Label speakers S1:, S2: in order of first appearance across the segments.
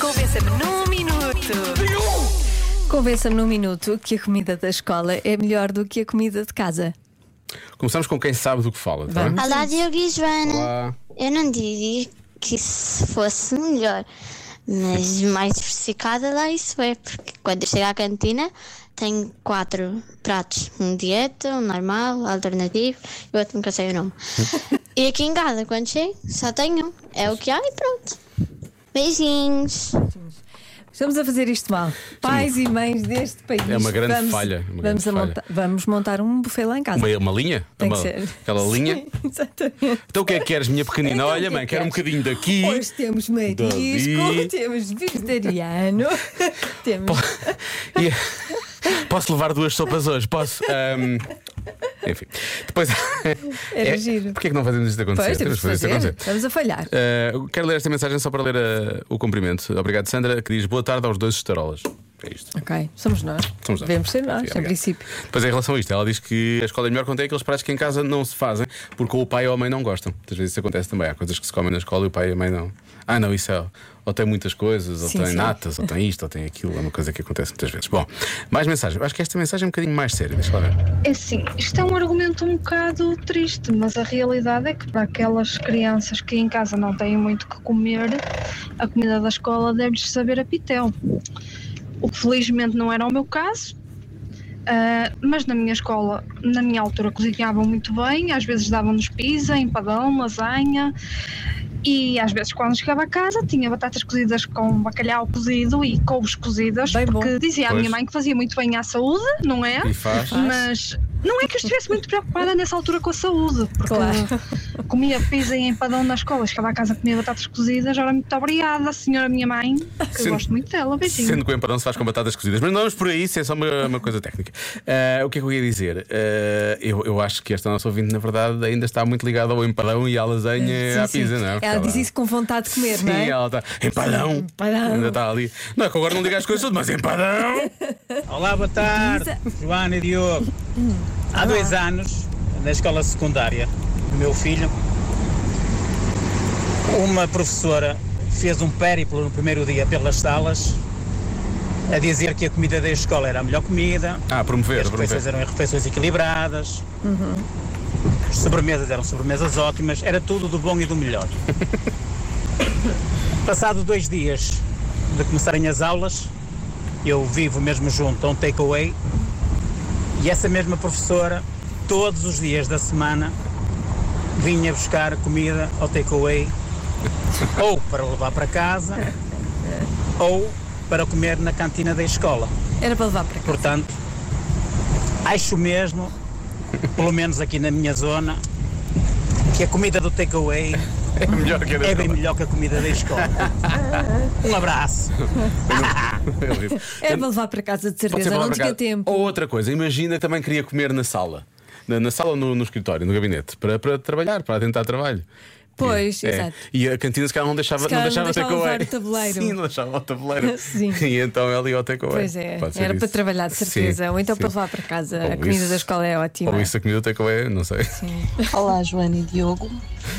S1: Convença-me num minuto.
S2: Convença-me num minuto que a comida da escola é melhor do que a comida de casa.
S3: Começamos com quem sabe do que fala, tá?
S2: Vamos.
S4: Olá, Diogo e Joana.
S3: Olá.
S4: Eu não diria que se fosse melhor, mas mais diversificada lá isso é, porque quando eu chego à cantina tenho quatro pratos: um dieta, um normal, alternativo e outro nunca sei o nome. e aqui em casa, quando chego, só tenho um. É o que há e pronto. Beijinhos.
S2: Estamos a fazer isto mal. Pais e mães deste país.
S3: É uma grande
S2: vamos,
S3: falha, é uma
S2: vamos,
S3: grande
S2: a monta- vamos montar um buffet lá em casa.
S3: Uma, uma linha?
S2: Tem
S3: Uma-
S2: que ser.
S3: Aquela linha?
S2: Sim, exatamente.
S3: Então o que é que queres, minha pequenina?
S2: Então, o que
S3: Olha,
S2: é
S3: mãe,
S2: que
S3: quero um
S2: queres?
S3: bocadinho daqui.
S2: Hoje temos
S3: Dali.
S2: medisco, temos vegetariano, temos.
S3: E- Posso levar duas sopas hoje? Posso? Ahm, Enfim. Depois.
S2: Era giro.
S3: Porquê é que não fazemos isto acontecer?
S2: Pois, temos
S3: que
S2: de fazer. Estamos a falhar.
S3: Ah, eu quero ler esta mensagem só para ler ah, o cumprimento. Obrigado, Sandra, que diz boa tarde aos dois estarolas. É isto.
S2: Ok, somos nós.
S3: Somos nós.
S2: Devemos ser
S3: Sim,
S2: nós, em
S3: obrigado.
S2: princípio.
S3: Pois é, em relação a isto, ela diz que a escola é melhor quando é aqueles pratos que em casa não se fazem, porque ou o pai ou a mãe não gostam. Às vezes isso acontece também. Há coisas que se comem na escola e o pai e a mãe não. Ah, não, isso é. Ou tem muitas coisas, ou
S2: Sim,
S3: tem
S2: sim.
S3: natas, ou tem isto, ou tem aquilo. É uma coisa que acontece muitas vezes. Bom, mais mensagem. Eu Acho que esta mensagem é um bocadinho mais séria. Deixa lá ver.
S5: É assim, isto é um argumento um bocado triste, mas a realidade é que para aquelas crianças que em casa não têm muito o que comer, a comida da escola deve-lhes saber a pitel. O que felizmente não era o meu caso, ah, mas na minha escola, na minha altura, cozinhavam muito bem, às vezes davam-nos pizza, empadão, lasanha, e às vezes quando chegava a casa tinha batatas cozidas com bacalhau cozido e couves cozidas,
S2: Bem bom.
S5: porque dizia
S3: Pois.
S5: à minha mãe que fazia muito bem à saúde, não é?
S2: Ah,
S3: E faz.
S5: Mas não é que eu estivesse muito preocupada nessa altura com a saúde, porque
S2: Claro.
S5: comia pizza e empadão na escola, chegava a casa comia batatas cozidas, ora muito obrigada, senhora minha mãe, que
S3: Sendo-
S5: eu gosto muito dela, beijinho.
S3: Sendo que o empadão se faz com batatas cozidas. Mas não vamos por aí, isso é só uma, uma coisa técnica. Ah, o que é que eu ia dizer? Ah, eu, eu acho que esta nossa ouvinte, na verdade, ainda está muito ligada ao empadão e à lasanha e à
S2: Sim, sim.
S3: pizza, não é? Porque
S2: Ela diz isso com vontade de comer,
S3: Sim,
S2: não é?
S3: ela está. Empadão!
S2: Empadão.
S3: Ainda está ali. Não é que agora não diga as coisas todas, mas empadão!
S6: Olá, boa tarde, Joana e Diogo. Há dois anos, na escola secundária do meu filho, uma professora fez um périplo no primeiro dia pelas salas a dizer que a comida da escola era a melhor comida,
S3: Ah,
S6: que
S3: promover,
S6: as é
S3: promover.
S6: refeições eram refeições equilibradas, as sobremesas eram sobremesas ótimas, era tudo do bom e do melhor. Passado dois dias de começarem as aulas, eu vivo mesmo junto a um takeaway e essa mesma professora, todos os dias da semana, vinha buscar comida ao takeaway ou para levar para casa ou para comer na cantina da escola.
S2: Era para levar para cá.
S6: Portanto, acho mesmo, pelo menos aqui na minha zona, que a comida do takeaway
S3: É melhor que a da
S6: é bem
S3: escola.
S6: melhor que a comida da escola. Um abraço.
S3: É horrível.
S2: Era para levar para casa, de
S3: Pode ser
S2: certeza.
S3: bom
S2: Não
S3: para
S2: tinha
S3: casa.
S2: tempo.
S3: Ou outra coisa, imagina que também queria comer na sala. Na, na sala ou no, no escritório, no gabinete, para, para trabalhar, para tentar trabalho.
S2: Pois,
S3: E- é.
S2: exato.
S3: E a cantina se calhar não deixava,
S2: Se calhar
S3: não deixava,
S2: não deixava
S3: takeaway.
S2: levar o tabuleiro.
S3: Sim, não deixava o tabuleiro.
S2: Sim.
S3: E então ela ia ao takeaway.
S2: Pois é,
S3: Pode ser
S2: era para
S3: isso.
S2: trabalhar de certeza,
S3: Sim,
S2: ou então
S3: sim.
S2: para levar para casa.
S3: Ou
S2: a comida
S3: isso.
S2: da escola é ótima.
S3: Ou isso a comida do takeaway, não sei.
S7: Olá, Joana e Diogo.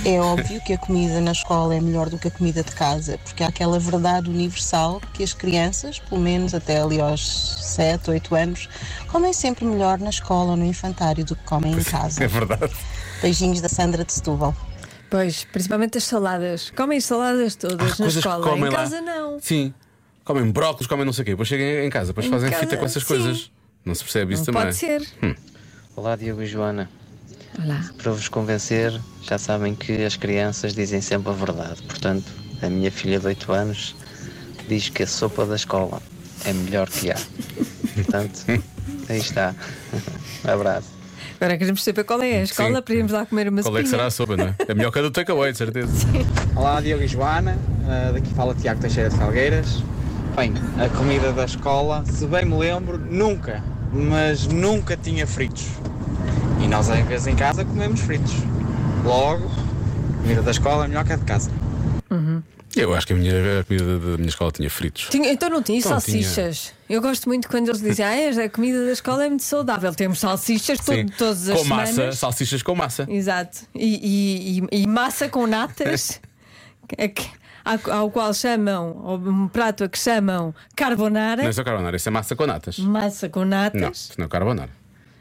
S7: É óbvio que a comida na escola é melhor do que a comida de casa, porque há aquela verdade universal que as crianças, pelo menos até ali aos 7, 8 anos, comem sempre melhor na escola ou no infantário do que comem em
S3: É
S7: casa.
S3: verdade.
S7: Beijinhos da Sandra de Setúbal.
S2: Pois, principalmente as saladas. Comem as saladas todas na
S3: Ah, coisas que
S2: escola.
S3: comem
S2: em
S3: lá.
S2: casa não.
S3: Sim. Comem brócolis, comem não sei o quê. Depois chegam em casa, depois
S2: Em
S3: fazem
S2: casa,
S3: fita com essas
S2: sim.
S3: coisas. Não se percebe isso
S2: Não
S3: também.
S2: pode ser.
S8: Olá, Diogo e Joana.
S2: Olá.
S8: Para vos convencer, já sabem que as crianças dizem sempre a verdade. Portanto, a minha filha de 8 anos diz que a sopa da escola é melhor que há. Portanto, aí está. Um Abraço.
S2: Agora queremos saber qual é a escola
S3: Sim.
S2: para irmos lá comer uma
S3: Qual é que será a sopa, não é? É melhor que a do takeaway, de certeza.
S9: Olá, Diogo e Joana. Ah, daqui fala Tiago Teixeira de Salgueiras. Bem, a comida da escola, se bem me lembro, nunca, mas nunca tinha fritos. E nós, às vezes, em casa comemos fritos. Logo, a comida da escola é melhor que a de casa.
S3: Eu acho que a, minha, a comida da minha escola tinha fritos.
S2: Tinha- então não tinha
S3: Então
S2: salsichas. Eu gosto muito quando eles dizem, ah, a comida da escola é muito saudável. Temos salsichas to-
S3: Sim.
S2: todas as
S3: com massa,
S2: semanas.
S3: salsichas com massa.
S2: Exato. E, e- e- e massa com natas. É que- à- ao qual chamam, ou um prato a que chamam carbonara,
S3: Não é só carbonara, isso é massa com natas.
S2: massa com
S3: Não,
S2: natas.
S3: isso não é carbonara.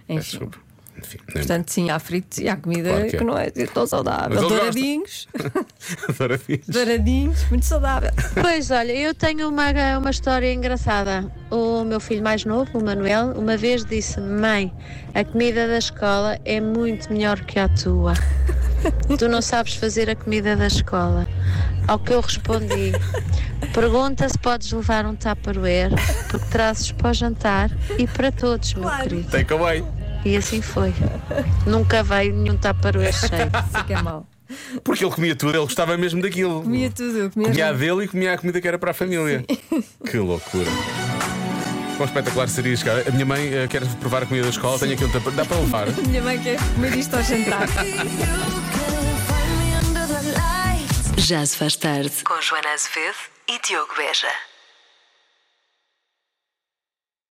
S3: Peço
S2: Enfim.
S3: Desculpa. Enfim, não é-
S2: Portanto, sim, há fritos e há comida
S3: Claro que
S2: que,
S3: é.
S2: não é tão saudável.
S3: Mas eles
S2: Douradinhos,
S3: Adoro filhos.
S2: douradinhos, muito saudável.
S10: Pois olha, eu tenho uma, uma história engraçada. O meu filho mais novo, o Manuel, uma vez disse: Mãe, a comida da escola é muito melhor que a tua. Tu não sabes fazer a comida da escola. Ao que eu respondi: Pergunta se podes levar um tupperware, porque trazes para o jantar e para todos, meu querido.
S3: Take away.
S10: E assim foi. Nunca veio nenhum tupperware cheio.
S2: Isso é que é mau.
S3: Porque ele comia tudo, ele gostava mesmo daquilo.
S2: Comia tudo, comia.
S3: Comia a dele e comia a comida que era para a família. Que loucura. Quão espetacular seria chegar. A minha mãe eh, quer provar a comida da escola, tenho aqui um tapa. Dá para levar?
S2: Minha mãe quer comer isto ao jantar.
S1: Já se faz tarde com Joana Azevedo e Diogo Beja.